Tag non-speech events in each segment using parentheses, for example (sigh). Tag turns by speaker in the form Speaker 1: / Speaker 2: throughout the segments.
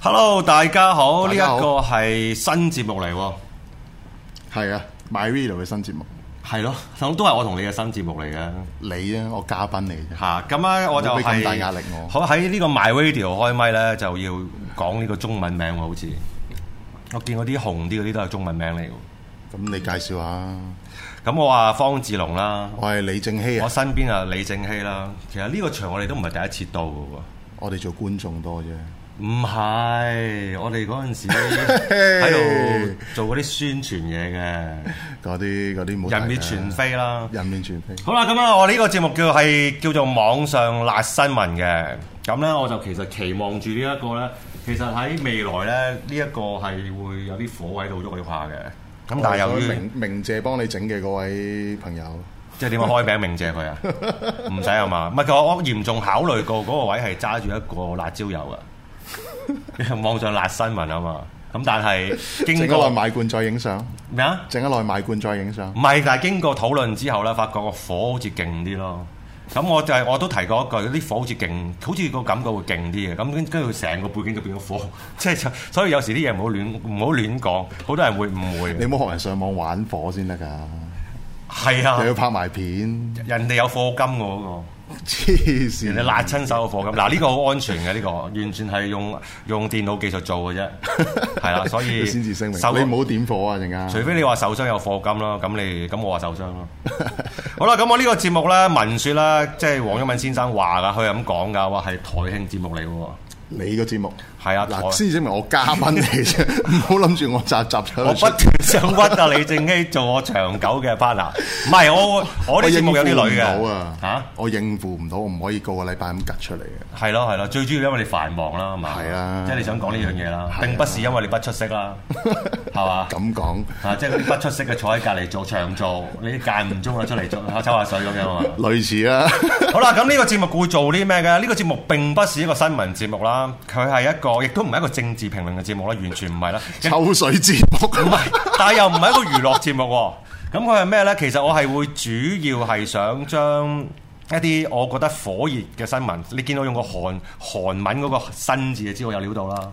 Speaker 1: Hello，大家好，呢
Speaker 2: 大
Speaker 1: 一
Speaker 2: 家好
Speaker 1: 個係新節目嚟喎，
Speaker 2: 係啊，My Radio 嘅新節目，
Speaker 1: 係咯，咁都係我同你嘅新節目嚟嘅。
Speaker 2: 你啊，我嘉賓嚟嘅，
Speaker 1: 嚇，咁啊，我就
Speaker 2: 冇俾咁
Speaker 1: 係
Speaker 2: 大壓力我
Speaker 1: 好喺呢個 My Radio 開咪咧，就要講呢個中文名喎，好似我見嗰啲紅啲嗰啲都係中文名嚟喎。
Speaker 2: 咁你介紹下，
Speaker 1: 咁我話方志龍啦，
Speaker 2: 我係李正熙
Speaker 1: 我
Speaker 2: 啊，
Speaker 1: 身邊啊李正熙啦。其實呢個場我哋都唔係第一次到嘅喎。
Speaker 2: 我哋做觀眾多啫，
Speaker 1: 唔係，我哋嗰陣時
Speaker 2: (laughs)
Speaker 1: 喺度做嗰啲宣傳嘢嘅，
Speaker 2: 嗰啲嗰啲冇大
Speaker 1: 人
Speaker 2: 嘅
Speaker 1: 面全，非啦。
Speaker 2: 人面全非，
Speaker 1: 好啦，咁啊，我呢個節目叫係叫做網上辣新聞嘅，咁咧我就其實期望住呢一個咧，其實喺未來咧呢一個係會有啲火喺度喐喐下嘅。咁但係由
Speaker 2: 我
Speaker 1: 於
Speaker 2: 明明姐幫你整嘅嗰位朋友，
Speaker 1: 即係點樣開名明謝佢啊？唔使係嘛？唔係，我我嚴重考慮過嗰個位係揸住一個辣椒油嘅，網上辣新聞啊嘛。咁但係經
Speaker 2: 整一耐
Speaker 1: 過
Speaker 2: 買罐再影相，
Speaker 1: 咩啊？
Speaker 2: 整一耐買罐再影相
Speaker 1: 唔，係，但係經過討論之後咧，發覺個火好似勁啲咯。咁我就係、我都提過一句，啲火好似勁，好似個感覺會勁啲嘅。咁跟跟住成個背景就變咗火， (laughs) 即係就所以有時啲嘢唔好亂唔好亂講，好多人會誤會
Speaker 2: 你
Speaker 1: 嘅。
Speaker 2: 唔好學人上網玩火先得㗎，
Speaker 1: 係啊
Speaker 2: 又，要拍埋
Speaker 1: (laughs)
Speaker 2: 片，
Speaker 1: 人哋有貨金嘅嗰、個。
Speaker 2: 黐線，
Speaker 1: 人哋辣親手嘅火咁，嗱呢個好安全嘅呢、個，完全係用用電腦技術做
Speaker 2: (laughs)
Speaker 1: 嘅啫，係啦，啊所以
Speaker 2: 你先至聲明，
Speaker 1: 手
Speaker 2: 你唔好點火啊，陣間，
Speaker 1: 除非你話受傷有課金啦，咁你咁我話受傷咯。 (laughs) 好啦，咁我呢個節目咧，文説啦，即係黃毓民先生話噶，佢係咁講噶，話係台慶節目嚟喎。
Speaker 2: 你個節目
Speaker 1: 係啊台
Speaker 2: 嗱，先證明我嘉賓嚟啫，唔好諗住我集集喺
Speaker 1: 我不
Speaker 2: 度出
Speaker 1: 斷想屈啊李正熙做我長久嘅 partner，唔係我
Speaker 2: (laughs)
Speaker 1: 我啲節目有啲女
Speaker 2: 我應付唔
Speaker 1: 嘅
Speaker 2: 到啊，
Speaker 1: 嚇，
Speaker 2: 我應付唔到，我唔可以個個禮拜咁趌出嚟嘅。
Speaker 1: 係咯係咯，最主要因為你繁忙啦，係嘛？
Speaker 2: 係啊
Speaker 1: 即係你想講呢樣嘢啦
Speaker 2: 係，啊
Speaker 1: 並不是因為你不出色
Speaker 2: (laughs)
Speaker 1: 啦，係嘛？
Speaker 2: 咁講
Speaker 1: 啊，即係嗰啲不出色嘅坐喺隔離做長做，你間唔中就啊出嚟做抽下水咁樣啊嘛。
Speaker 2: 類似
Speaker 1: (laughs)
Speaker 2: 啦，
Speaker 1: 好啦，咁呢個節目會做啲咩嘅？呢、個節目並不是一個新聞節目啦，佢係一個，亦都唔係一個政治評論嘅節目啦，完全唔係啦， (laughs) 亦唔
Speaker 2: 抽水節目。啊
Speaker 1: 係，但係又唔係一個娛樂節目喎。咁佢係咩呢？其實我係會主要係想將一啲我覺得火熱嘅新聞，你見到用個韓韓文嗰個新字就知我有料到啦。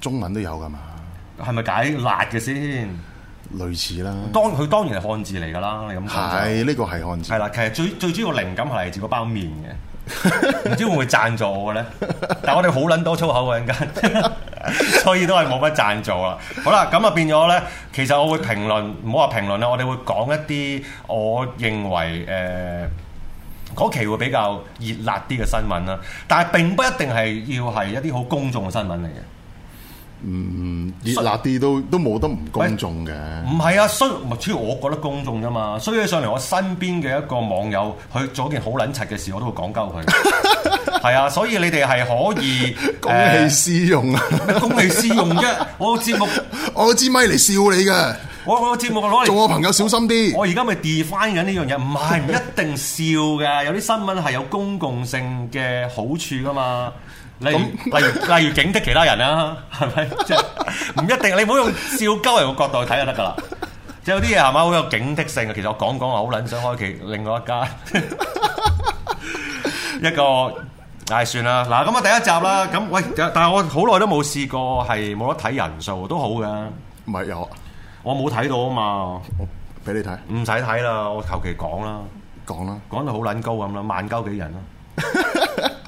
Speaker 2: 中文都有㗎嘛，
Speaker 1: 係咪解辣嘅先？
Speaker 2: 類似啦。
Speaker 1: 當佢當然係漢字嚟㗎啦，你咁講就。
Speaker 2: 係呢個係漢字
Speaker 1: 係，啦，其實最最主要靈感係嚟自嗰包面 (laughs) 嘅，唔知會唔會贊助我嘅咧？但係我哋好撚多粗口啊嘅陣間， (laughs) 所以都係冇乜贊助啦。好啦，咁啊變咗咧，其實我會評論，唔好話評論啦，我哋會講一啲我認為誒。呃嗰期會比較熱辣啲嘅新聞啦，但係並不一定係要係一啲好公眾嘅新聞嚟嘅。
Speaker 2: 嗯，熱辣啲都都冇得唔公眾嘅。
Speaker 1: 唔係啊，衰咪主要我覺得公眾啫嘛，衰起上嚟我身邊嘅一個網友，佢做一件好撚柒嘅事，我都會講鳩佢。
Speaker 2: (laughs)
Speaker 1: 係啊，所以你哋係可以
Speaker 2: 公器私用啊！
Speaker 1: 呃公器私用啫。我個節目，
Speaker 2: 我支咪嚟笑你
Speaker 1: (laughs)
Speaker 2: 嘅，
Speaker 1: 我我個節目攞嚟，
Speaker 2: 做我朋友小心
Speaker 1: 我
Speaker 2: 啲。
Speaker 1: 而家咪 define 緊呢樣嘢，唔係唔一定笑嘅，有啲新聞係有公共性嘅好處噶嘛。例如例如 (laughs) 例如警惕其他人啦、係咪？即係唔一定，你唔好用笑鳩人個角度去睇就得㗎啦。即係有啲嘢係咪好有警惕性嘅？其實我講講我好撚想開其另外一間一個。唉，算啦，嗱咁啊，第一集啦，咁喂，但係我好耐都冇試過係冇得睇人數，都好嘅，
Speaker 2: 唔係有啊，
Speaker 1: 我冇睇到啊嘛，
Speaker 2: 我俾你睇
Speaker 1: 唔使睇啦，我求其講啦，
Speaker 2: 講啦，
Speaker 1: 講到好撚高咁啦，萬鳩幾人啦，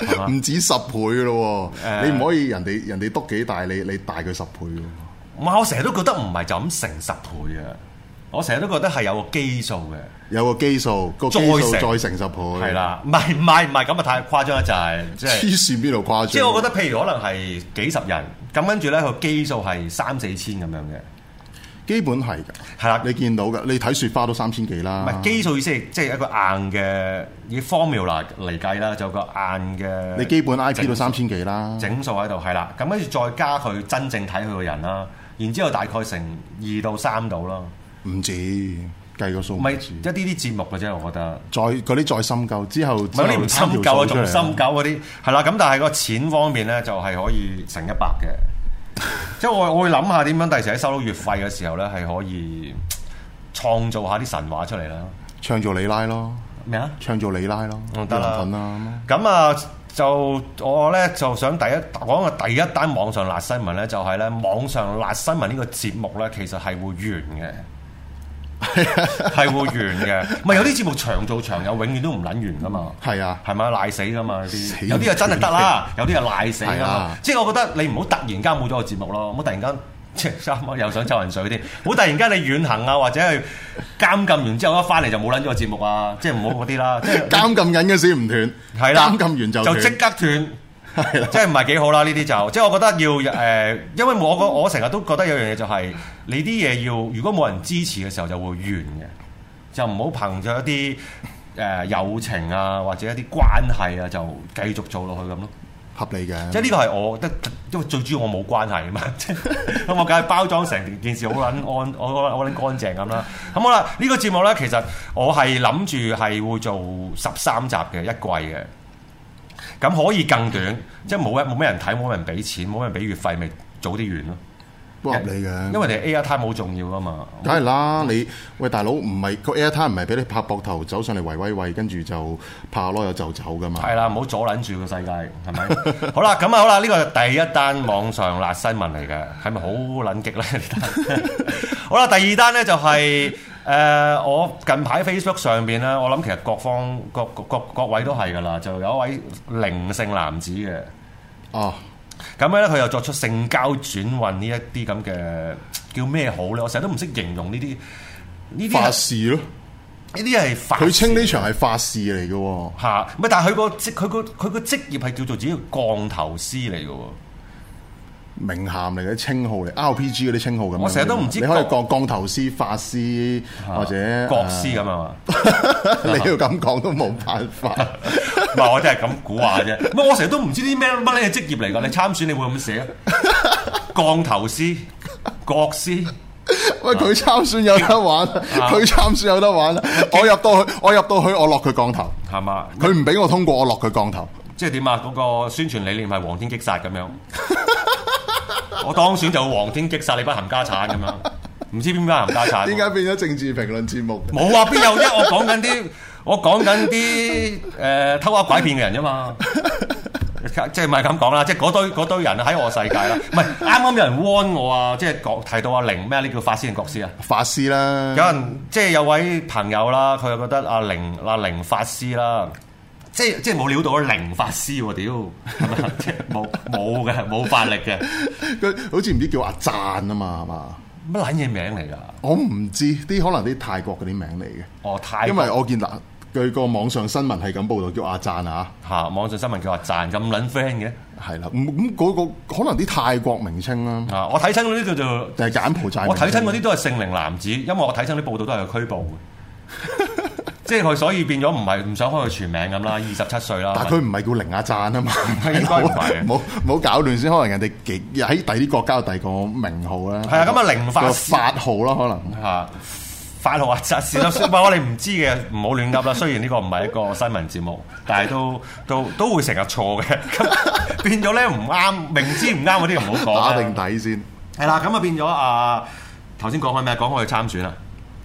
Speaker 1: 係嘛
Speaker 2: 唔止十倍嘅
Speaker 1: 啊
Speaker 2: 咯
Speaker 1: 誒
Speaker 2: 喎，你唔可以人哋人哋篤幾大，你你大佢十倍嘅喎。
Speaker 1: 唔係，我成日都覺得唔係就咁成十倍啊，我成日都覺得係有個基數嘅。
Speaker 2: 有個基數，個基數
Speaker 1: 再乘
Speaker 2: 再乘十倍，
Speaker 1: 係，啦，唔係唔係唔係咁啊，太誇張啦，就係即
Speaker 2: 黐
Speaker 1: 係。
Speaker 2: 線邊度誇張？啊
Speaker 1: 即係我覺得，譬如可能係幾十人，咁跟住咧個基數係三四千咁樣嘅，
Speaker 2: 基本係㗎，
Speaker 1: 係啦
Speaker 2: 你啊見到㗎，你睇雪花都三千幾啦，
Speaker 1: 唔係基數意思係即係一個硬嘅以 formula 嚟計啦，就有個硬嘅
Speaker 2: 你基本 I P
Speaker 1: 整
Speaker 2: 都三千幾啦，
Speaker 1: 整數喺度係啦，咁跟住再加佢真正睇佢個人啦，然之後大概成二到三度啦，
Speaker 2: 唔止計個數
Speaker 1: 咪
Speaker 2: 唔
Speaker 1: 一
Speaker 2: 止，
Speaker 1: 啲啲節目嘅啫，我覺得。
Speaker 2: 再嗰啲再深究之後，
Speaker 1: 唔係嗰啲唔深究啊，仲
Speaker 2: 之後攤條數出嚟
Speaker 1: 深究嗰啲係啦。咁但係個錢方面咧，就係可以成一百嘅。
Speaker 2: (laughs)
Speaker 1: 即係我我會諗下點樣第時喺收到月費嘅時候咧，係可以創造下啲神話出嚟啦。
Speaker 2: 唱做李拉咯，
Speaker 1: 咩啊？
Speaker 2: 唱做李拉咯，
Speaker 1: 嗯得啦
Speaker 2: 有人份啦，
Speaker 1: 咁啊，就我咧就想第一講嘅第一單網上辣新聞咧，就係咧網上辣新聞呢個節目咧，其實係會完嘅。
Speaker 2: (laughs)
Speaker 1: 係會完嘅，唔係有啲節目長做長有，永遠都唔撚完噶嘛。
Speaker 2: 係啊，
Speaker 1: 係咪賴死噶嘛？有啲
Speaker 2: 死
Speaker 1: 有啲啊就真係得
Speaker 2: (laughs)
Speaker 1: 啦，有啲就賴死
Speaker 2: 係
Speaker 1: 噶嘛
Speaker 2: 啊。
Speaker 1: 即係我覺得你唔好突然間冇咗個節目咯，唔好突然間即係啱啱又想抽人水添，唔好突然間你遠行啊，或者係監禁完之後一翻嚟就冇撚咗個節目啊，即係唔好嗰啲啦。即
Speaker 2: (laughs)
Speaker 1: 係
Speaker 2: 監禁緊嘅時唔斷，
Speaker 1: 係啦，
Speaker 2: 監禁完就
Speaker 1: 就
Speaker 2: 斷
Speaker 1: 即刻斷。即係唔係幾好啦？呢啲就即係我覺得要誒、呃因為我個我成日都覺得有樣嘢就係、你啲嘢要如果冇人支持嘅時候就會完嘅，就唔好憑着一啲誒、呃友情啊或者一啲關係啊就繼續做落去咁咯。
Speaker 2: 合理嘅，
Speaker 1: 即係呢個係我覺得，因為最主要我冇關係啊嘛， (laughs) 即係咁我梗係包裝成件事好撚安，我我我撚乾淨咁啦。咁好啦，呢、個節目咧，其實我係諗住係會做十三集嘅一季嘅，咁可以更短，即係冇一冇咩人睇，冇人俾錢，冇人俾月費，咪早啲完咯。
Speaker 2: 都合理嘅，
Speaker 1: 因為你 air time 好重要啊嘛。
Speaker 2: 梗係啦，你喂大佬唔係個 airtime 唔係俾你拍膊頭走上嚟圍威喂，跟住就拍下攞又就走噶嘛。
Speaker 1: 係啦，唔好阻撚住個世界，係咪？ (laughs) 好啦，咁啊好啦，呢個係第一單網上辣新聞嚟嘅，係咪好撚激咧？呢單 (laughs) 好啦，第二單咧就係、誒、我近排 Facebook 上邊咧，我諗其實各方各各各各位都係噶啦，就有一位靈性男子嘅，
Speaker 2: 哦，
Speaker 1: 咁樣咧佢又作出性交轉運呢一啲咁嘅叫咩好咧？我成日都唔識形容呢啲呢啲
Speaker 2: 法
Speaker 1: 係
Speaker 2: 事咯，
Speaker 1: 呢啲係法
Speaker 2: 佢稱
Speaker 1: 事
Speaker 2: 呢場係法事嚟嘅喎。
Speaker 1: 嚇，唔係但係佢個職佢個佢個職業係叫做自己個降頭師嚟嘅喎。
Speaker 2: 名銜嚟嘅稱號嚟，RPG 嗰啲稱號咁樣。
Speaker 1: 我成日都唔知
Speaker 2: 你可以
Speaker 1: 角
Speaker 2: 降降頭師、法師或者
Speaker 1: 國師咁啊嘛，
Speaker 2: 呃 (laughs) 你要咁講都冇辦
Speaker 1: (laughs)
Speaker 2: 法。
Speaker 1: 唔係我真係咁估下啫。唔係我成日都唔知啲咩乜嘢職業嚟㗎，你參選你會咁寫？降頭師、國師，
Speaker 2: 喂，佢參選有得玩，
Speaker 1: 啊
Speaker 2: 佢參選有得玩。我入到去，我入到去，我落佢降頭。
Speaker 1: 係嘛？
Speaker 2: 佢唔俾我通過，我落佢降頭。
Speaker 1: 即係點啊？嗰、個宣傳理念係黃天擊殺咁樣，我當選就會黃天擊殺你班冚家產咁樣，唔知邊班冚家產喎？
Speaker 2: 點解變咗政治評論節目？
Speaker 1: 冇啊，邊有啫？我講緊啲，我講緊啲誒偷呃拐騙嘅人啫嘛。即係咪咁講啦？即係嗰堆嗰堆人喺我世界啦。唔係啱啱有人 warn 我啊，即係講提到阿玲咩？呢叫法師定國師啊？
Speaker 2: 法師啦，
Speaker 1: 有人即係有位朋友啦，佢又覺得阿玲阿玲法師啦，即係即係冇料到阿玲法師喎屌， (laughs) 係咪即係冇冇嘅冇法力嘅，
Speaker 2: 佢好似唔知叫阿贊啊嘛，係嘛？
Speaker 1: 乜撚嘢名嚟㗎？
Speaker 2: 我唔知啲可能啲泰國嗰啲名嚟嘅，
Speaker 1: 哦，太
Speaker 2: 因為我見嗱據個網上新聞係咁報導，叫阿贊啊。
Speaker 1: 嚇網上新聞叫話賺咁撚 friend 嘅。
Speaker 2: 係啦，咁咁嗰個可能啲泰國名稱啦，
Speaker 1: 啊！我睇親嗰啲叫做
Speaker 2: 定係柬埔寨名
Speaker 1: 我
Speaker 2: 稱。
Speaker 1: 睇親嗰啲都係聖靈男子，因為我睇親啲報道都係佢拘捕
Speaker 2: (laughs)
Speaker 1: 嘅，即係佢所以變咗唔係唔想開佢全名咁啦，二十七歲啦。
Speaker 2: 但係佢唔係叫零亞贊啊嘛，
Speaker 1: 應該唔
Speaker 2: (laughs)
Speaker 1: 係
Speaker 2: 冇冇搞亂先，可能人哋幾喺第啲國家有第二個名號啦。
Speaker 1: 係啊咁啊零法
Speaker 2: 個
Speaker 1: 師
Speaker 2: 法號啦，可能
Speaker 1: 嚇法律啊，實事實上，唔係我哋唔知嘅，唔好亂
Speaker 2: (laughs)
Speaker 1: 噏啦。雖然呢個唔係一個新聞節目，但係都都都會成日錯嘅，咁變咗咧唔啱，明知唔啱嗰啲唔好講啦
Speaker 2: 打定底先。
Speaker 1: 係啦，咁啊變咗啊頭先講開咩？講開去參選啊啦。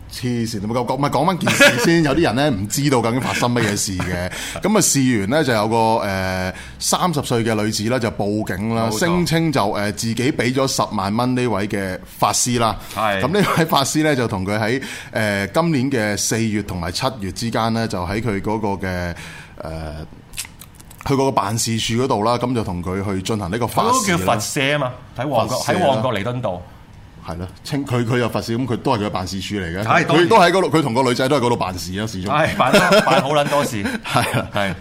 Speaker 2: 黐線，咪講咪講翻件事先。有啲人咧唔知道究竟發生乜嘢事
Speaker 1: (laughs)
Speaker 2: 嘅，咁啊事完咧就有個誒三十歲嘅女子啦就報警啦，
Speaker 1: 冇錯
Speaker 2: 聲稱就誒、呃自己俾咗十萬蚊呢位嘅法師啦。
Speaker 1: 係
Speaker 2: 咁呢位法師咧就同佢喺誒今年嘅四月同埋七月之間咧，就喺佢嗰個嘅誒。呃去嗰個辦事處嗰度啦，咁就同佢去進行呢個
Speaker 1: 佢
Speaker 2: 法
Speaker 1: 嗰個
Speaker 2: 事
Speaker 1: 叫
Speaker 2: 啦
Speaker 1: 佛舍啊嘛，喺旺角
Speaker 2: 佛
Speaker 1: 喺
Speaker 2: 舍啦
Speaker 1: 旺角彌敦道。
Speaker 2: 係咯，清佢佢又佛事，咁佢都係佢辦事處嚟嘅。
Speaker 1: 係當然
Speaker 2: 佢都喺嗰度，佢同個女仔都喺嗰度辦事啊，始終。
Speaker 1: 唉，扮多扮好撚多事，
Speaker 2: (laughs) 係啊，
Speaker 1: 係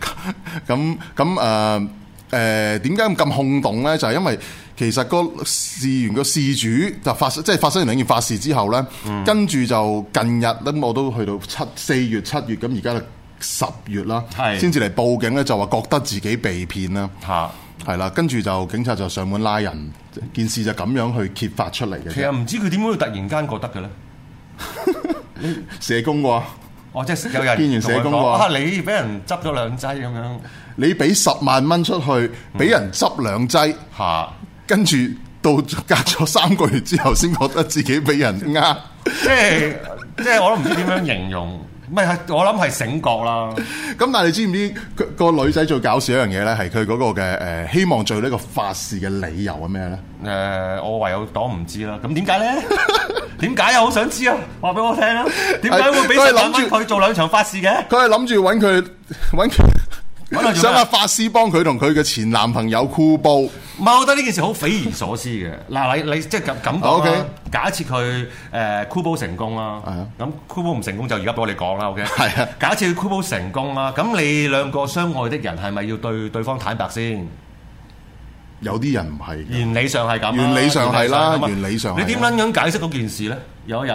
Speaker 2: 咁咁誒誒點解咁轟動咧？就係、因為其實個事源個事主就發生，即係發生完兩件法事之後咧，
Speaker 1: 嗯
Speaker 2: 跟住就近日咁我都去到七四月七月，咁而家就十月啦，
Speaker 1: 係
Speaker 2: 先至嚟報警咧，就話覺得自己被騙啦。
Speaker 1: 嚇。
Speaker 2: 係啦，跟住就警察就上門拉人，件事就咁樣去揭發出嚟嘅
Speaker 1: 其
Speaker 2: 啫。
Speaker 1: 實唔知佢點解會突然間覺得嘅咧。
Speaker 2: 社工喎，
Speaker 1: 哦，即
Speaker 2: (laughs)
Speaker 1: 係有人
Speaker 2: 見完社工
Speaker 1: 同
Speaker 2: 喎
Speaker 1: 我講啊，你俾人執咗兩劑咁樣
Speaker 2: 你俾十萬蚊出去，俾人執兩劑。
Speaker 1: 嗯嚇，
Speaker 2: 跟住到隔咗三個月之後，先覺得自己俾人呃。
Speaker 1: 即係即係我都唔知點樣形容，唔係我諗係醒覺啦，
Speaker 2: 咁但係你知唔知個個女仔最搞笑一樣嘢咧？係佢嗰個嘅誒、呃希望做呢個法事嘅理由係咩咧？
Speaker 1: 誒、我唯有講唔知啦。咁點解
Speaker 2: (laughs)
Speaker 1: 咧？點解啊？好想知啊！話俾我聽啊！點解會俾
Speaker 2: 佢係
Speaker 1: 十
Speaker 2: 諗
Speaker 1: 萬
Speaker 2: 住
Speaker 1: 蚊佢做兩場法事嘅？
Speaker 2: 佢係諗住揾佢 (laughs) 揾佢
Speaker 1: 揾佢做咩
Speaker 2: 想阿法師幫佢同佢嘅前男朋友箍煲。
Speaker 1: 唔係，我覺得呢件事好匪夷所思嘅。 (laughs) 嗱，你你即係咁咁講
Speaker 2: OK
Speaker 1: 啦。啊假設佢誒 c o u p o 成功啦
Speaker 2: 係啊，
Speaker 1: 咁 c o u p o 唔成功就而家俾我哋講啦，OK？
Speaker 2: (laughs) 係啊
Speaker 1: 假設 c o u p o 成功啦，咁你兩個相愛的人係咪要對對方坦白先？
Speaker 2: 有啲人唔係嘅，
Speaker 1: 原理上係咁啊。
Speaker 2: 原理上係啦
Speaker 1: 咁啊
Speaker 2: 原理上係啦
Speaker 1: 你點撚樣解釋嗰件事咧？有一日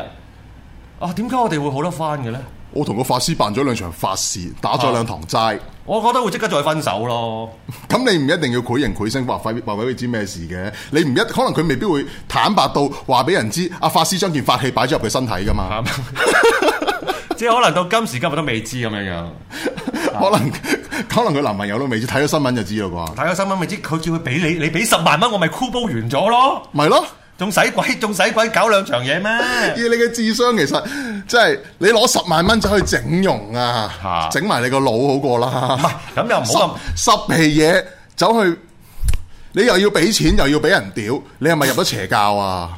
Speaker 1: 啊，點解我哋會好得翻嘅咧？
Speaker 2: 我同個法師辦咗兩場法事，打咗兩堂齋。
Speaker 1: 我覺得會即刻再分手咯。
Speaker 2: 咁你唔一定要繪形繪聲話俾話俾佢知咩事嘅，你唔一可能佢未必會坦白到話俾人知，阿法師將件法器擺咗入佢身體噶嘛。 (laughs)
Speaker 1: 啱， (laughs) 即係可能到今時今日都未知咁樣樣。
Speaker 2: (laughs) 可能可能佢男朋友都未知，睇咗新聞就知啦啩。
Speaker 1: 大家心諗咪知佢叫佢俾你，你俾十萬蚊，我咪箍煲完咗咯，
Speaker 2: 咪咯，
Speaker 1: 仲使鬼仲使鬼搞兩場嘢咩？ (laughs)
Speaker 2: 以你嘅智商，其實即係你攞十萬蚊走去整容啊
Speaker 1: 嚇，
Speaker 2: 整埋你個腦好過啦。
Speaker 1: 咁又唔
Speaker 2: 十
Speaker 1: 好
Speaker 2: 十皮嘢走去，你又要俾錢，又要俾人屌，你係咪入咗邪教啊？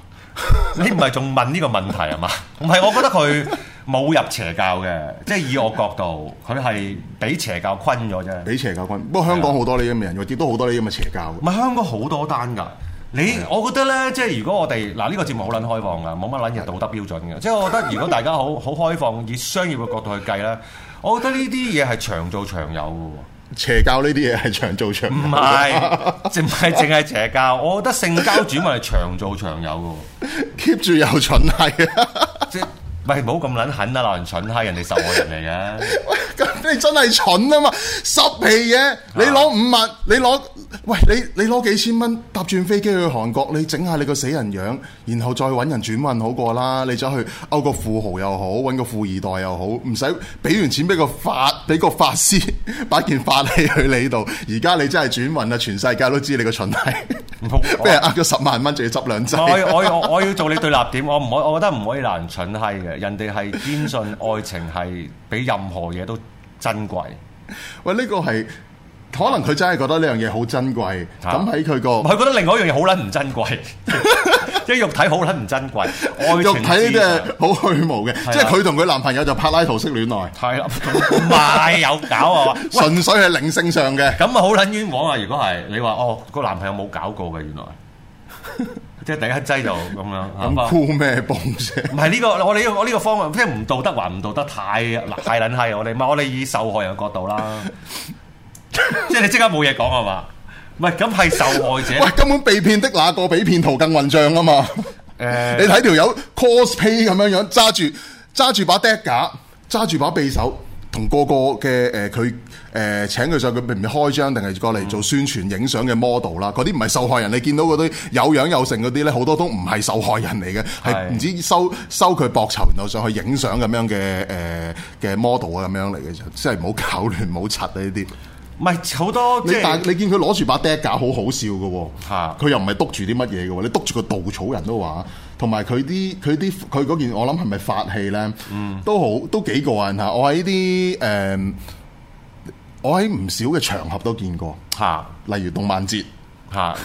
Speaker 1: 咁，你唔係仲問呢個問題係嘛？唔係，我覺得佢冇入邪教嘅，即係以我角度，佢係俾邪教困咗啫。
Speaker 2: 俾邪教軍，不過香港好多呢啲咁嘅人，亦都好多呢啲咁嘅邪教
Speaker 1: 唔係香港好多單㗎。你我覺得咧，即係如果我哋嗱呢個節目好撚開放㗎，冇乜撚嘢道德標準嘅。即係我覺得如果大家好好開放，以商業嘅角度去計咧，我覺得呢啲嘢係長做長有嘅喎。
Speaker 2: 邪教呢啲嘢係長做長有
Speaker 1: 唔係，淨係淨係邪教。我覺得性交轉運係長做長有
Speaker 2: (laughs) ，keep 住又蠢係啊！
Speaker 1: 嘅喎，即係喂唔好咁撚狠啊！鬧人蠢閪，人哋受害人嚟嘅。
Speaker 2: (laughs) 咁你真係蠢啊嘛！十皮嘢，你攞五萬，你攞喂你你攞幾千蚊搭轉飛機去韓國，你整下你個死人樣，然後再揾人轉運好過啦。你走去勾個富豪又好，揾個富二代又好，唔使俾完錢俾個法 (laughs) 俾個法師擺件法器去你度。而家你真係轉運啊！全世界都知你個蠢係，
Speaker 1: 好
Speaker 2: 俾人呃咗十萬蚊，仲要執兩
Speaker 1: 我
Speaker 2: 劑。
Speaker 1: 我我我要做你對立點，我唔可，我覺得唔可以鬧人蠢閪嘅。人哋係堅信愛情係比任何嘢都珍貴。
Speaker 2: 喂，呢個係可能佢真係覺得呢樣嘢好珍貴，
Speaker 1: 啊
Speaker 2: 咁喺佢個。
Speaker 1: 佢覺得另外一樣嘢好撚唔珍
Speaker 2: (laughs)
Speaker 1: 貴，即係肉體好撚唔珍貴，愛
Speaker 2: 肉
Speaker 1: 情
Speaker 2: 體
Speaker 1: 至上
Speaker 2: 呢啲係好虛無嘅，
Speaker 1: 啊
Speaker 2: 即係佢同佢男朋友就柏拉圖式戀愛，
Speaker 1: 係啦， (laughs) 唔係有搞啊嘛。喂
Speaker 2: 純粹係靈性上嘅。
Speaker 1: 咁啊好撚冤枉啊！如果係你話哦，個男朋友冇搞過嘅原
Speaker 2: (laughs)
Speaker 1: 來，即係第一劑就咁樣。
Speaker 2: 咁
Speaker 1: 啊
Speaker 2: 箍咩幫啫？
Speaker 1: 唔係呢個，我哋呢個我呢個方案，即係唔道德還唔道德，太太撚閪我哋。唔係我哋以受害人嘅角度
Speaker 2: (laughs)
Speaker 1: 啦，即係你即刻冇嘢講係嘛？唔係咁係受害者
Speaker 2: 喂，根本被騙的那個比騙徒更混帳啊嘛！
Speaker 1: 誒
Speaker 2: (laughs) 你睇條友 cosplay 咁樣樣，揸住揸住把 d 架，揸住把匕首，同個個嘅誒呃佢誒請佢上佢唔知開張定係過嚟做宣傳影相嘅 model 啦，嗰啲唔係受害人，你見到嗰啲有樣有剩嗰啲咧，好多都唔係受害人嚟嘅，係
Speaker 1: 係
Speaker 2: 唔知收收佢膊酬，然後上去影相咁樣嘅誒嘅 model 啊咁樣嚟嘅啫，即係唔好搞亂，唔好柒啊呢啲。
Speaker 1: 唔係好多即
Speaker 2: 你但
Speaker 1: 係
Speaker 2: 你見佢攞住把釘架好好笑嘅喎、
Speaker 1: 嚇
Speaker 2: 佢又唔係督住啲乜嘢嘅喎，你督住個稻草人都話，同埋佢啲佢啲佢嗰件我諗係咪法器咧，
Speaker 1: 嗯
Speaker 2: 都好都幾過癮嚇。我喺啲誒，我喺唔少嘅場合都見過，
Speaker 1: 嚇
Speaker 2: 例如動漫節。 (laughs)
Speaker 1: 嚇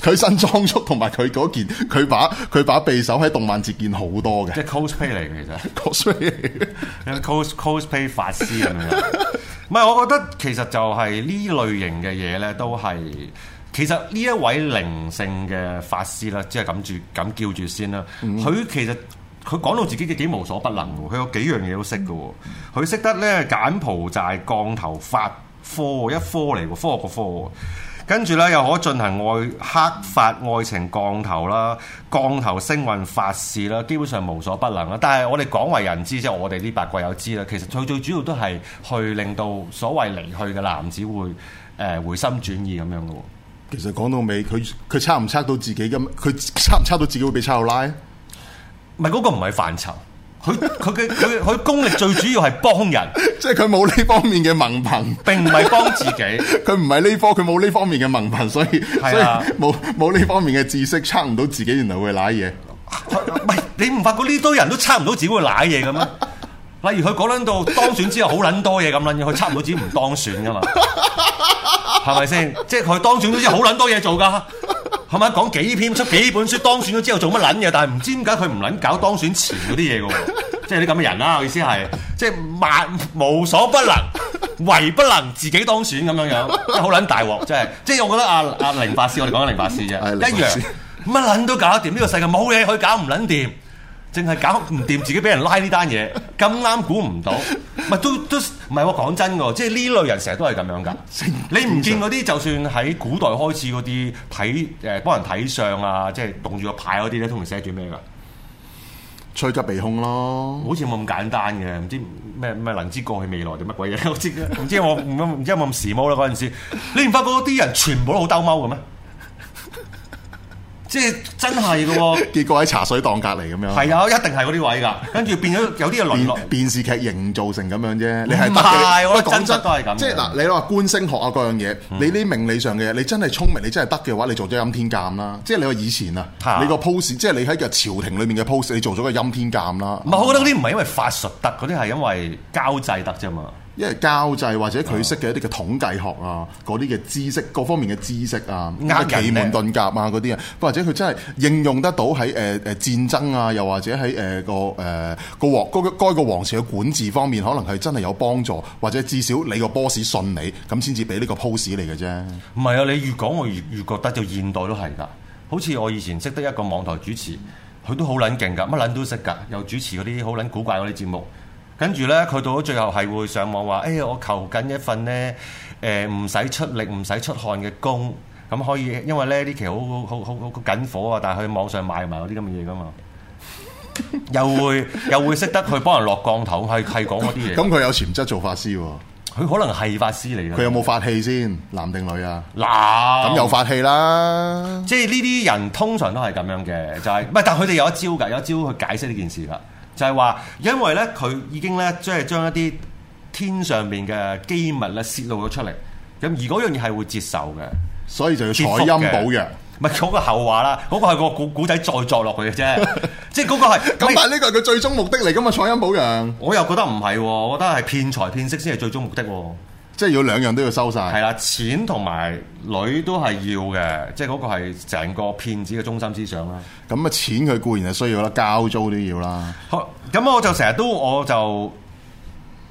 Speaker 2: 佢身裝束同埋佢嗰件，佢把佢把匕首喺動漫節見好多嘅
Speaker 1: 即係 cosplay 嚟嘅其實。
Speaker 2: (laughs) cosplay 嚟嘅
Speaker 1: cos cosplay 法師咁樣。唔係，我覺得其實就係呢類型嘅嘢咧，都係其實呢一位靈性嘅法師啦，即係咁住咁叫住先啦。佢、其實佢講到自己嘅幾無所不能喎，佢有幾樣嘢都識嘅喎。佢識得咧柬埔寨降頭法科一科嚟喎，科學個科喎。跟住咧又可進行愛黑法愛情降頭啦、降頭星運法事啦，基本上無所不能啦。但係我哋廣為人知，即係我哋呢八卦有知啦。其實佢最主要都係去令到所謂離去嘅男子會誒、呃回心轉意咁樣嘅喎。
Speaker 2: 其實講到尾，佢佢測唔測到自己咁？佢測唔測到自己會俾差佬拉？ (laughs)
Speaker 1: 唔係嗰個唔係範疇，佢佢嘅佢佢功力最主要係幫人，
Speaker 2: 即係佢冇呢方面嘅文憑，
Speaker 1: 並唔係幫自己。
Speaker 2: 佢唔係呢科，佢冇呢方面嘅文憑，所以所
Speaker 1: 係
Speaker 2: 以
Speaker 1: 啊
Speaker 2: 冇冇呢方面嘅知識，測唔到自己原來會賴嘢。
Speaker 1: 唔係你唔發覺呢堆人都測唔到自己會賴嘢嘅咩？例如佢講撚到當選之後好撚多嘢咁撚嘢，佢測唔到自己唔當選噶嘛？係咪先？即係佢當選咗之後好撚多嘢做㗎。係咪講幾篇出幾本書？當選咗之後做乜撚嘢？但係唔知點解佢唔撚搞當選前嗰啲嘢嘅喎，即係啲咁嘅人啦。我意思係，即係萬無所不能，唯不能自己當選咁樣樣，即係好撚大鑊，真係。即係我覺得阿阿凌法師，我哋講緊凌法師啫，
Speaker 2: 係凌
Speaker 1: 一
Speaker 2: 法師
Speaker 1: 樣乜撚都搞掂，呢、個世界冇嘢佢搞唔撚掂。淨係搞唔掂自己俾人拉呢單嘢，咁啱估唔到，咪都都唔係喎講真喎，即係呢類人成日都係咁樣㗎。你唔見嗰啲就算喺古代開始嗰啲睇誒幫人睇相啊，即係棟住個牌嗰啲咧，通常寫住咩㗎？
Speaker 2: 吹吉鼻孔咯，
Speaker 1: 好似冇咁簡單嘅，唔知咩咩能知過去未來定乜鬼嘢？ (laughs) 我知唔知我唔唔知有冇咁時髦啦嗰陣時，你唔發覺嗰啲人全部都好兜踎嘅咩？即係真係嘅喎，
Speaker 2: 結果喺茶水檔隔離咁樣。
Speaker 1: 係啊，一定係嗰啲位㗎，跟住變咗有啲嘢淪落。
Speaker 2: 電電視劇營造成咁樣啫，你係
Speaker 1: 唔
Speaker 2: 得
Speaker 1: 係
Speaker 2: 嘅。
Speaker 1: 我
Speaker 2: 喂
Speaker 1: 覺得
Speaker 2: 講
Speaker 1: 真實都係咁
Speaker 2: 即係
Speaker 1: 嘅嗯
Speaker 2: 嗱，你話官星學啊嗰樣嘢，你呢命理上嘅嘢，你真係聰明，你真係得嘅話，你做咗陰天監啦。即係你話以前啊
Speaker 1: 嚇，
Speaker 2: 你個 pose，即係你喺個朝廷裏面嘅 pose，你做咗個陰天監啦
Speaker 1: 唔。係，我覺得嗰啲唔係因為法術得，嗰啲係因為交際得啫嘛。
Speaker 2: 因為交際或者
Speaker 1: 啊
Speaker 2: 佢識嘅一啲嘅統計學啊，嗰啲嘅知識，各方面嘅知識啊，
Speaker 1: 呃人
Speaker 2: 奇門
Speaker 1: 咧
Speaker 2: 遁甲啊嗰啲啊，或者佢真係應用得到喺誒誒戰爭啊，又或者喺誒、呃、個誒、呃、個皇該該個皇室嘅管治方面，可能係真係有幫助，或者至少你個 boss 信你，咁先至俾呢個 pose 嚟嘅啫。
Speaker 1: 唔係啊，你越講我越越覺得，就現代都係㗎。好似我以前識得一個網台主持，佢都好撚勁㗎，乜撚都識㗎，又主持嗰啲好撚古怪嗰啲節目。跟住呢，佢到咗最後係會上網話：，誒、我求緊一份呢，誒唔使出力、唔使出汗嘅工，咁可以，因為呢呢期好好好好好緊火啊，但係佢網上買埋嗰啲咁嘅嘢㗎
Speaker 2: (laughs)
Speaker 1: 嘛。又會又會識得去幫人落降頭，係係講嗰啲嘢。
Speaker 2: 咁佢有潛質做法師喎，
Speaker 1: 佢可能係法師嚟㗎。
Speaker 2: 佢有冇法器先？男定女啊？
Speaker 1: 嗱，
Speaker 2: 咁
Speaker 1: 咁
Speaker 2: 有法器啦。
Speaker 1: 即係呢啲人通常都係咁樣嘅，就係唔係？但佢哋有一招㗎，有一招去解釋呢件事㗎，就係話因為咧佢已經咧即係將一啲天上面嘅機密咧泄露咗出嚟，咁而嗰樣嘢係會接受嘅。
Speaker 2: 所以就要
Speaker 1: 接
Speaker 2: 採
Speaker 1: 福
Speaker 2: 陰
Speaker 1: 嘅
Speaker 2: 補陽。
Speaker 1: 唔係嗰個後話啦，嗰、個係個古古仔再作落去嘅
Speaker 2: (laughs)
Speaker 1: 啫，即係嗰個係
Speaker 2: 咁但
Speaker 1: 喂
Speaker 2: 係呢個係佢最終目的嚟噶嘛？採陰補陽，
Speaker 1: 我又覺得唔係喎，我覺得係騙財騙色先係最終目的喎。
Speaker 2: 即係要兩樣都要收晒。
Speaker 1: 係啦，錢同埋女都係要嘅，即係嗰個係成個騙子嘅中心思想啦。
Speaker 2: 咁啊，錢佢固然係需要啦，交租都要啦。
Speaker 1: 好，咁我就成日都我就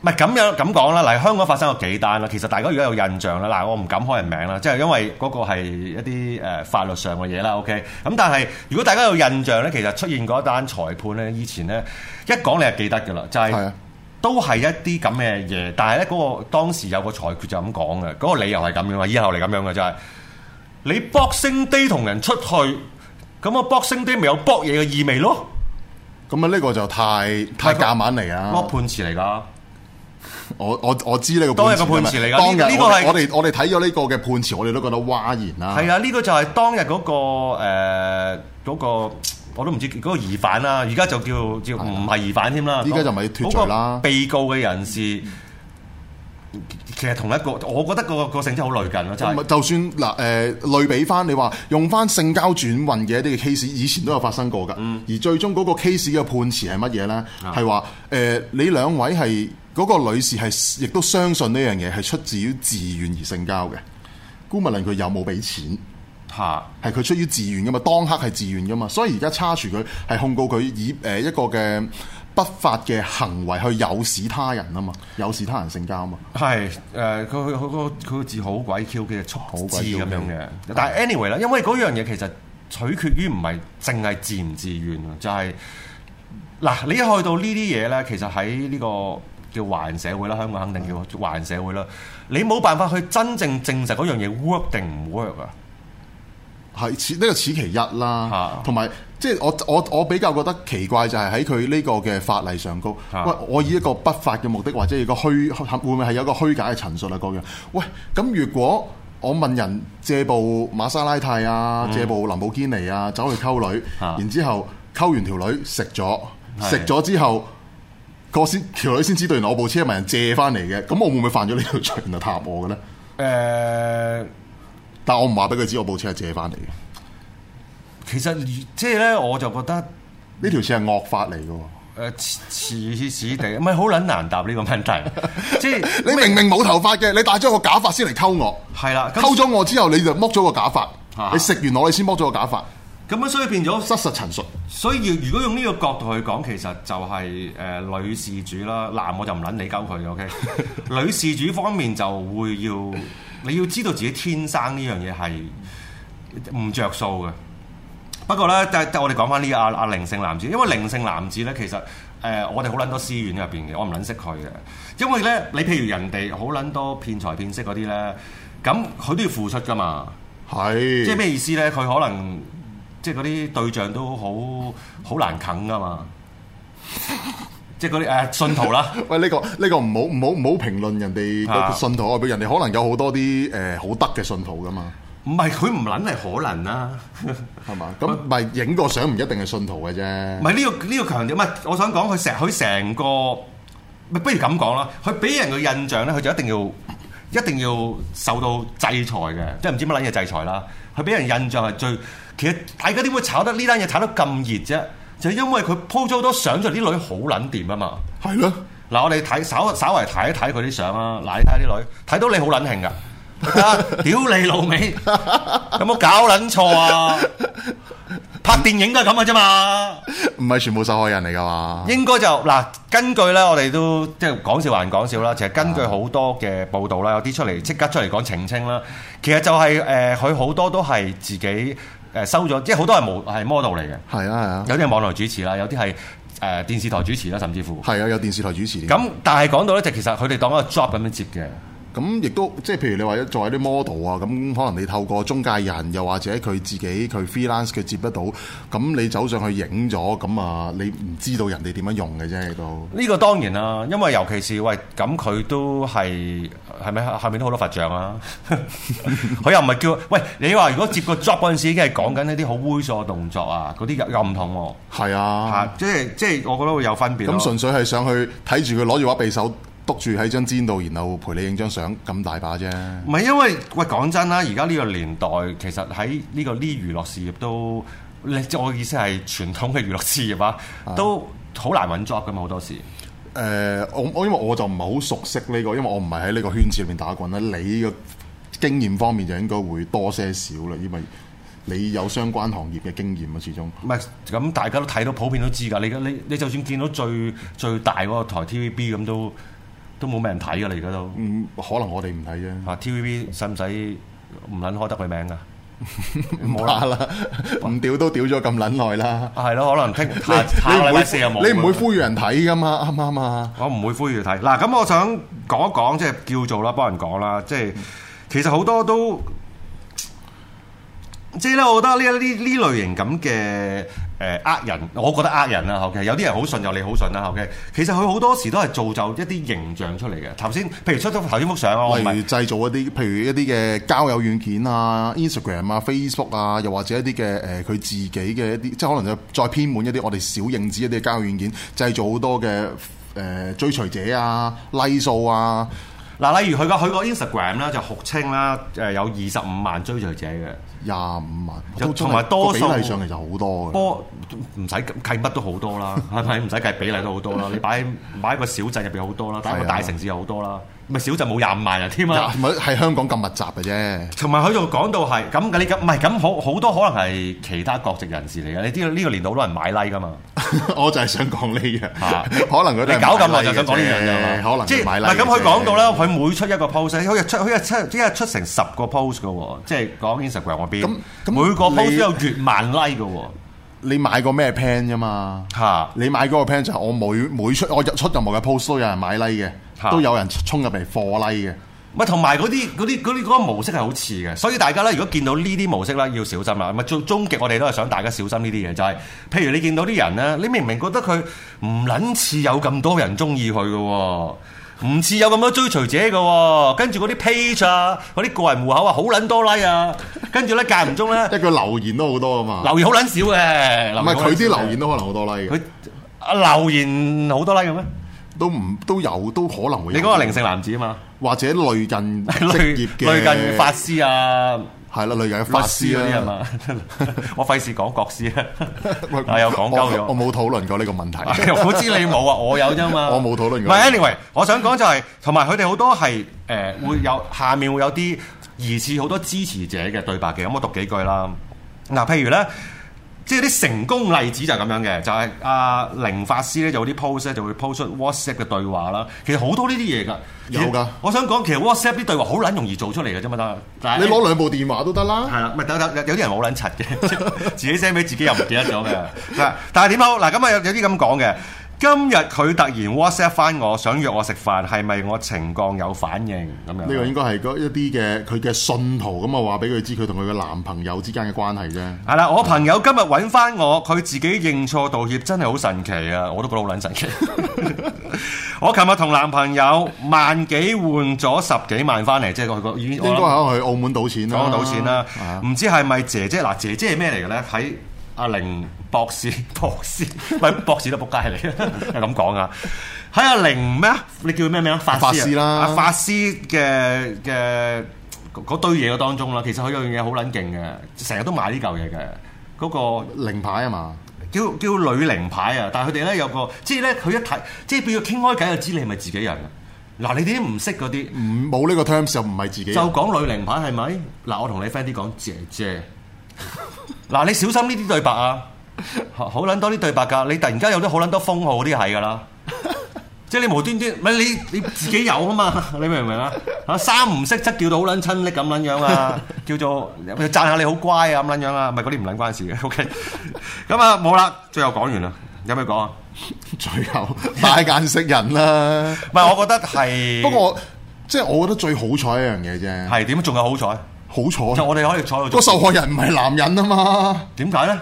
Speaker 1: 唔係咁樣咁講啦。嗱，香港發生過幾單啦，其實大家如果有印象啦，嗱，我唔敢開人名啦，即係因為嗰個係一啲誒法律上嘅嘢啦。OK，咁但係如果大家有印象咧，其實出現過一單裁判咧，以前咧一講你係記得㗎啦，就係、
Speaker 2: 係啊
Speaker 1: 都係一啲咁嘅嘢，但係咧嗰個當時有個裁決就咁講嘅，嗰、個理由係咁樣嘅，以後嚟咁樣嘅就係、你 Boxing Day 同人出去，咁個 Boxing Day 咪有搏嘢嘅意味咯。
Speaker 2: 咁啊，呢個就太太夾硬嚟
Speaker 1: 嗰個
Speaker 2: 啊！
Speaker 1: 判詞嚟㗎。
Speaker 2: 我我我知呢個
Speaker 1: 當日
Speaker 2: 嘅
Speaker 1: 嘅判詞嚟㗎
Speaker 2: 當
Speaker 1: 呢
Speaker 2: 日
Speaker 1: 呢個
Speaker 2: 我
Speaker 1: 係
Speaker 2: 哋我哋我哋睇咗呢個嘅判詞，我哋都覺得嘩然啦。
Speaker 1: 係啊，呢個就係當日嗰個誒嗰個，我都唔知嗰個疑犯啦。而家就叫叫唔係疑犯添啦。
Speaker 2: 啊依家就咪脫罪啦嗯
Speaker 1: 嗰個被告嘅人士其實同一個，我覺得個個性質好類近咯，真
Speaker 2: 唔係
Speaker 1: 係。
Speaker 2: 啊就算嗱誒、呃、類比翻，你話用翻性交轉運嘅一啲嘅 case，以前都有發生過㗎。
Speaker 1: 嗯
Speaker 2: 而最終嗰個 case 嘅判詞係乜嘢呢？
Speaker 1: 啊
Speaker 2: 係話誒，你兩位係嗰、個女士係亦都相信呢樣嘢係出自於自願而性交嘅。姑勿論佢有冇俾錢？
Speaker 1: 嚇
Speaker 2: 係佢出於自願噶嘛，當刻係自願噶嘛，所以而家叉除佢係控告佢以誒、呃一個嘅不法嘅行為去誘使他人啊嘛，誘使他人性交啊嘛。
Speaker 1: 係誒，佢佢佢個佢個字好鬼 Q 嘅，速
Speaker 2: 鬼
Speaker 1: 字咁
Speaker 2: Q
Speaker 1: 樣
Speaker 2: 嘅
Speaker 1: 嘅。但係 anyway 啦，因為嗰樣嘢其實取決於唔係淨係自唔自願啊，就係、嗱，你一去到呢啲嘢咧，其實喺呢個叫華人社會啦，香港肯定叫華人社會啦，你冇辦法去真正證實嗰樣嘢 work 定唔 work 啊。
Speaker 2: 係此呢個此其一啦
Speaker 1: 嚇，
Speaker 2: 同埋即係我我我比較覺得奇怪就係喺佢呢個嘅法例上高，
Speaker 1: 嚇
Speaker 2: 喂，我以一個不法嘅目的或者一個虛會唔會係有一個虛假嘅陳述啊各樣？喂，咁如果我問人借部馬莎拉蒂啊，借部林寶堅尼啊，走去溝女，
Speaker 1: 嗯嚇
Speaker 2: 然之後溝完條女食咗，
Speaker 1: 係
Speaker 2: 食咗之後。個先條女先知道，原來我部車係問人借翻嚟嘅，咁我會唔會犯咗呢條罪？原來答我嘅咧，
Speaker 1: 誒、
Speaker 2: 但我唔話俾佢知，我部車係借翻嚟嘅，
Speaker 1: 其實即係咧，我就覺得。
Speaker 2: 呢條車係惡法嚟嘅喎。
Speaker 1: 誒似似似地，唔係好撚難答呢個問題，即係
Speaker 2: (laughs) 你明明冇頭髮嘅，你戴咗個假髮先嚟溝我，
Speaker 1: 係啦，
Speaker 2: 溝
Speaker 1: 咁
Speaker 2: 咗我之後你就剝咗個假髮
Speaker 1: 啊，
Speaker 2: 你食完我你先剝咗個假髮，
Speaker 1: 咁樣所以變咗，
Speaker 2: 失實陳述。
Speaker 1: 所以如果用呢個角度去講，其實就係、呃女事主啦，男我就唔撚理鳩佢嘅，OK？女事主方面就會要你要知道自己天生呢樣嘢係唔着數嘅。不過咧，但但我哋講翻呢個阿阿靈性男子，因為靈性男子咧，其實誒、呃我哋好撚多私怨入邊嘅，我唔撚識佢嘅，因為咧你譬如人哋好撚多騙財騙色嗰啲咧，咁佢都要付出噶嘛。即係
Speaker 2: 係，
Speaker 1: 咩意思咧？佢可能即係嗰啲對象都好好難啃噶嘛，即係嗰啲誒信徒啦，
Speaker 2: 喂呢個呢個唔好唔好唔好評論人哋嗰
Speaker 1: 啊
Speaker 2: 個信徒外表，人哋可能有好多啲誒好得嘅信徒噶嘛，
Speaker 1: 唔係佢唔撚係可能啊啦，
Speaker 2: 係嘛？
Speaker 1: 啊
Speaker 2: 咁咪影個相唔一定係信徒嘅啫
Speaker 1: 唔。係呢個呢、個強調，唔係我想講佢成佢成個，唔係不如咁講啦，佢俾人嘅印象咧，佢就一定要一定要受到制裁嘅，即係唔知乜撚嘢制裁啦。佢俾人印象係最，其實大家點會炒得呢單嘢炒得咁熱啫？就係因為佢 po 咗好多相，就啲女好撚掂啊嘛。
Speaker 2: 係咯，
Speaker 1: 嗱，我哋睇稍稍為睇一睇佢啲相啦。嗱，你睇下啲女，睇到你好撚興噶，啊屌你老味，有冇搞撚錯啊？拍電影都係咁嘅啫嘛，
Speaker 2: 唔係全部受害人嚟噶嘛？
Speaker 1: 應該就嗱，根據咧，我哋都即係講笑還講笑啦。其實根據好多嘅報道啦，有啲出嚟即刻出嚟講澄清啦。其實就係、誒，佢、好多都係自己誒、收咗，即係好多係冇係 model 嚟嘅，
Speaker 2: 係啊係啊，
Speaker 1: 有啲係網台主持啦，有啲係誒電視台主持啦，甚至乎。
Speaker 2: 係啊有電視台主持。
Speaker 1: 咁但係講到咧，就其實佢哋當一個 job 咁樣接嘅，
Speaker 2: 咁亦都即係譬如你話作為啲 model 啊，咁可能你透過中介人，又或者佢自己佢 freelance 佢接得到，咁你走上去影咗，咁啊你唔知道人哋點樣用嘅啫，亦都
Speaker 1: 呢個當然啦，因為尤其是喂咁佢都係係咪下面都好多佛像啊？ (laughs) 佢又唔係叫喂你話如果接個 job 嗰陣時已經係講緊呢啲好猥瑣嘅動作啊，嗰啲又又唔同喎、
Speaker 2: 係啊。
Speaker 1: 啊即係即係我覺得會有分別咯。
Speaker 2: 咁純粹係上去睇住佢攞住把匕首篤住喺張氈度，然後陪你影張相，咁大把啫。
Speaker 1: 唔係因為喂講真啦，而家呢個年代其實喺呢個呢娛樂事業都，你即係我嘅意思係傳統嘅娛樂事業啊，都好難揾 job 噶嘛好多時。
Speaker 2: 誒、我我因為我就唔係好熟悉呢、個，因為我唔係喺呢個圈子裏面打滾啦。你嘅經驗方面就應該會多些少啦，因為你有相關行業嘅經驗啊，始終。
Speaker 1: 唔係咁，大家都睇到，普遍都知㗎。你而家你你就算見到最最大嗰個台 TVB 咁都都冇咩人睇㗎啦，而家都
Speaker 2: 嗯，可能我哋唔
Speaker 1: (laughs)
Speaker 2: 睇啫，
Speaker 1: 啊 TVB 使唔使唔撚開得佢名㗎？
Speaker 2: 冇啦啦，唔屌都屌咗咁撚耐
Speaker 1: (laughs)
Speaker 2: 啦。
Speaker 1: 啊係咯，可能聽
Speaker 2: 你
Speaker 1: 下下個禮拜四又冇㗎。
Speaker 2: 你唔會呼籲人睇噶嘛？啱唔啱啊？
Speaker 1: 我唔會呼籲睇。嗱，咁我想講一講，即係叫做啦，幫人講啦，即
Speaker 2: 嗯
Speaker 1: 係其實好多都，即係咧，我覺得呢呢呢類型咁嘅誒呃人，我覺得呃人啦，OK，有啲人好信，有你好信啦，OK。其實佢好多時都係造就一啲形象出嚟嘅。頭先，譬如出咗頭先幅相啊，我唔
Speaker 2: 例如
Speaker 1: 係
Speaker 2: 製造一啲，譬如一啲嘅交友軟件啊、Instagram 啊、Facebook 啊，又或者一啲嘅誒佢自己嘅一啲，即係可能就再偏滿一啲我哋少認知一啲嘅交友軟件，製造好多嘅誒、呃追隨者啊、like 數啊，
Speaker 1: 嗱，例如佢個佢個 Instagram 啦，就號稱啦誒有二十五萬追隨者嘅。
Speaker 2: 廿五萬，
Speaker 1: 有
Speaker 2: 都真係
Speaker 1: 同埋多
Speaker 2: 個比
Speaker 1: 數
Speaker 2: 例上係有好多嘅。
Speaker 1: 波唔使計乜都好多啦， (laughs) 係咪？唔使計比例都好多啦。你擺擺一個小鎮入邊好多啦，擺一個
Speaker 2: 係啊
Speaker 1: 大城市又好多啦。咪小鎮冇廿五萬人添啊！
Speaker 2: 廿唔係係香港咁密集嘅啫。
Speaker 1: 同埋佢就講到係咁，你咁唔係咁好好多可能係其他國籍人士嚟嘅。你知道呢個年代好多人買 like 噶嘛？
Speaker 2: (laughs) 我就係想講呢樣，
Speaker 1: 啊
Speaker 2: (laughs) 可能佢哋
Speaker 1: 你搞咁耐就想講呢樣嘢
Speaker 2: 嘢，可能
Speaker 1: 即
Speaker 2: 係
Speaker 1: 係
Speaker 2: 買
Speaker 1: 唔
Speaker 2: 拉
Speaker 1: 係咁？佢講到
Speaker 2: 啦。
Speaker 1: 啦，佢每出一個 post，佢日出佢日出一日出成十個 post 嘅喎，即係講 Instagram 嗰邊
Speaker 2: 咁，咁
Speaker 1: 每個 post
Speaker 2: 你
Speaker 1: 都有越萬 like 嘅喎，
Speaker 2: 你買個咩 plan 啫嘛？
Speaker 1: 嚇
Speaker 2: 你買嗰個 plan 就係我每每出我入出任何嘅 post 都有人買 like
Speaker 1: 嚇
Speaker 2: 嘅，都有人衝入嚟貨 like 嘅。
Speaker 1: 咪同埋嗰啲嗰啲嗰啲嗰個模式係好似嘅，所以大家咧，如果見到呢啲模式咧，要小心啦。咪最終極，我哋都係想大家小心呢啲嘢，就係、譬如你見到啲人咧，你明明覺得佢唔撚似有咁多人中意佢嘅喎。唔似有咁多追隨者嘅喎，跟住嗰啲 page 啊，嗰啲個人户口啊，好撚多 like 啊，跟住咧間唔中咧
Speaker 2: (laughs) 即係佢留言都好多啊嘛。
Speaker 1: 留言好撚少嘅，
Speaker 2: 唔
Speaker 1: 留言
Speaker 2: 係
Speaker 1: 好撚
Speaker 2: 佢啲
Speaker 1: 少嘅
Speaker 2: 留言都可能好多 like 嘅，
Speaker 1: 佢啊留言好多 like 嘅咩？
Speaker 2: 都唔都有都可能會
Speaker 1: 你
Speaker 2: 有。
Speaker 1: 嗰個靈性男子啊嘛，
Speaker 2: 或者類近職
Speaker 1: (laughs) 類
Speaker 2: 業嘅
Speaker 1: 類近法師啊。
Speaker 2: 係啦，類近
Speaker 1: 律
Speaker 2: 法
Speaker 1: 師
Speaker 2: 師
Speaker 1: 嗰啲係
Speaker 2: 啦。 (laughs)
Speaker 1: 嘛？我費事講國師啊，
Speaker 2: 喂
Speaker 1: 啊又講鳩
Speaker 2: 我我
Speaker 1: 咗。
Speaker 2: 冇討論過呢個問題。
Speaker 1: (laughs) 我知你冇啊，我有啫嘛。
Speaker 2: (laughs) 我冇討論
Speaker 1: 唔
Speaker 2: 過
Speaker 1: 係，anyway，我想講就係同埋佢哋好多係誒會有下面會有啲疑似好多支持者嘅對白嘅，咁我讀幾句啦。嗱，譬如咧。即係啲成功例子就係咁樣嘅，就係、阿、凌法師咧就有啲 post 咧就會 post 出 WhatsApp 嘅對話啦。其實好多呢啲嘢㗎，
Speaker 2: 有㗎
Speaker 1: 我想講，其實 WhatsApp 啲對話好撚容易做出嚟嘅啫嘛，但係
Speaker 2: 你攞兩部電話都得啦。
Speaker 1: 係啦，咪等等有有啲人冇撚柒嘅，
Speaker 2: (laughs)
Speaker 1: 自己 send 俾自己又唔記得咗嘅。嗱，但係點好嗱？咁啊有有啲咁講嘅。今日佢突然 WhatsApp 翻我，想約我食飯，係咪我情降有反應咁樣？
Speaker 2: 呢個應該係嗰一啲嘅佢嘅信徒咁啊，話俾佢知佢同佢嘅男朋友之間嘅關係啫。
Speaker 1: 係啦，我朋友今日揾翻我，佢自己認錯道歉，真係好神奇啊！我都覺得好撚神
Speaker 2: (laughs)
Speaker 1: 奇。我琴日同男朋友萬幾換咗十幾萬翻嚟，即係佢個已經
Speaker 2: 應該係去澳門賭錢啦，
Speaker 1: 講到錢啦
Speaker 2: 係啊，
Speaker 1: 唔知係咪姐姐嗱？姐姐係咩嚟嘅咧？喺阿凌博士 (laughs) 博士，喂博士都仆街嚟， (laughs) 係咁講啊！喺阿凌咩啊？你叫佢咩名啊？法
Speaker 2: 法
Speaker 1: 師
Speaker 2: 師啦
Speaker 1: 啊阿法師嘅嘅嗰嗰堆嘢嘅當中啦，其實佢有樣嘢好撚勁嘅，成日都買呢嚿嘢嘅。嗰、個
Speaker 2: 零牌啊嘛，
Speaker 1: 叫叫女靈牌啊！但係佢哋咧有個，即係咧佢一睇，即係變咗傾開偈就知你係咪自己人啊！嗱，你哋啲唔識嗰啲。
Speaker 2: 唔冇呢個 terms 就唔係自己
Speaker 1: 就。講女靈牌係咪？嗱，我同你 friend 啲講姐姐。 (laughs) 嗱，你小心呢啲對白啊！好好撚多啲對白㗎，你突然間有啲好撚多封號嗰啲係㗎
Speaker 2: (laughs)
Speaker 1: 啦。即係你無端端，唔係你你自己有啊嘛？ (laughs) 你明唔明啊？嚇三唔識則叫到好撚親昵咁撚樣
Speaker 2: (laughs)
Speaker 1: 啊，叫做讚下你好乖啊咁撚樣啊，唔係嗰啲唔撚關事嘅。OK，咁啊冇啦，最後講完啦，有咩講啊？
Speaker 2: 最後 (laughs) 大眼識人啦。
Speaker 1: 唔係我覺得係，
Speaker 2: (laughs) 不過我即係我覺得最好彩一樣嘢啫，
Speaker 1: 係點？仲有好彩，
Speaker 2: 好
Speaker 1: 就
Speaker 2: 彩
Speaker 1: 我哋可以坐喺度
Speaker 2: 個
Speaker 1: 做。
Speaker 2: 受害人唔係男人啊嘛。
Speaker 1: 點解咧？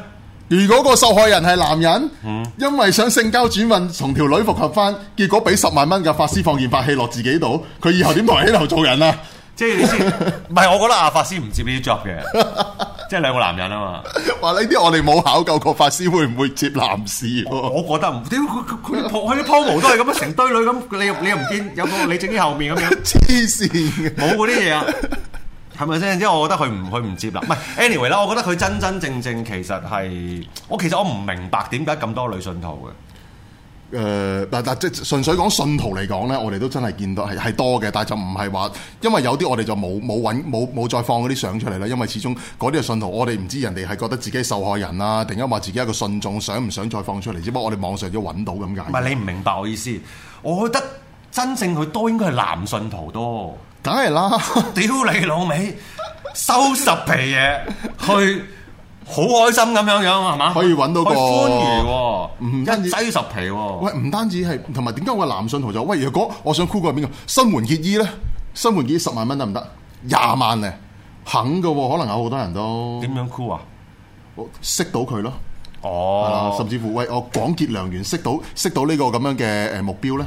Speaker 2: 如果個受害人係男人，
Speaker 1: 嗯
Speaker 2: 因為想性交轉運同條女復合翻，結果俾十萬蚊嘅法師放件法器落自己度，佢以後點同人喺度做人啊？
Speaker 1: 即係你先， (laughs) 唔係我覺得阿法師唔接呢啲 job 嘅，即係兩個男人啊嘛。
Speaker 2: 話呢啲我哋冇考究過法師會唔會接男士喎？
Speaker 1: 我覺得唔，屌佢佢佢啲 po- 佢啲 promo 都係咁樣，成堆女咁，你又你又唔見有個李正英後面咁樣，
Speaker 2: 黐線嘅，
Speaker 1: 冇嗰啲嘢啊，係咪先？因為我覺得佢唔佢唔接啦。唔係，anyway 啦，我覺得佢真真正正其實係我其實我唔明白點解咁多女信徒
Speaker 2: 誒、但但即係純粹講信徒嚟講咧，我哋都真係見到係係多嘅，但係就唔係話，因為有啲我哋就冇冇揾冇冇再放嗰啲相出嚟啦，因為始終嗰啲係信徒，我哋唔知人哋係覺得自己係受害人啦，定係話自己係一個信眾，想唔想再放出嚟？只不過我哋網上都揾到咁
Speaker 1: 嘅，唔
Speaker 2: 解。
Speaker 1: 係你唔明白我意思。我覺得真正佢多應該係男信徒多。
Speaker 2: 梗係啦，
Speaker 1: 屌你老味，收十皮嘢去，好開心咁樣樣係嘛？
Speaker 2: 可以揾到個
Speaker 1: 去歡愉喎，
Speaker 2: 唔單
Speaker 1: 一
Speaker 2: 止
Speaker 1: 擠十皮喎。
Speaker 2: 哦喂，唔單止係，同埋點解我男信徒就喂，如果我想箍個邊個新垣結衣咧，新垣結衣十萬蚊得唔得？廿萬咧，肯嘅喎，可能有好多人都
Speaker 1: 點樣酷啊？
Speaker 2: 我識到佢咯。啊
Speaker 1: 哦，
Speaker 2: 甚至乎喂，我廣結良緣，識到識到呢個咁樣嘅誒目標咧，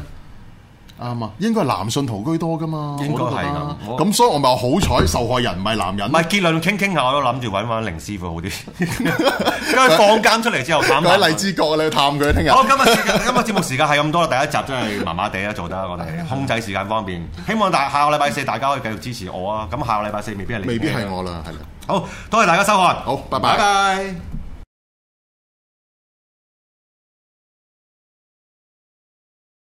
Speaker 2: 啱啊，應該係男信徒居多噶嘛，
Speaker 1: 應該係咁
Speaker 2: 我都覺得
Speaker 1: 我
Speaker 2: 咁所以我咪話好彩受害人唔係男人
Speaker 1: 唔。係結論傾傾下，我都諗住揾揾凌師傅好啲。
Speaker 2: (laughs)
Speaker 1: 因為放監出嚟之後，坦白
Speaker 2: 佢喺荔枝啊角，你去探佢聽日。
Speaker 1: 好，今日時間今日節目時間係咁多啦，第一集真係麻麻地啊啦，做得我
Speaker 2: 啊
Speaker 1: 哋控制時間方面，希望大下個禮拜四大家可以繼續支持我啊！咁下個禮拜四未必係你，
Speaker 2: 未必係。我啦，係啦。
Speaker 1: 好，多謝大家收看，
Speaker 2: 好拜拜
Speaker 1: 拜拜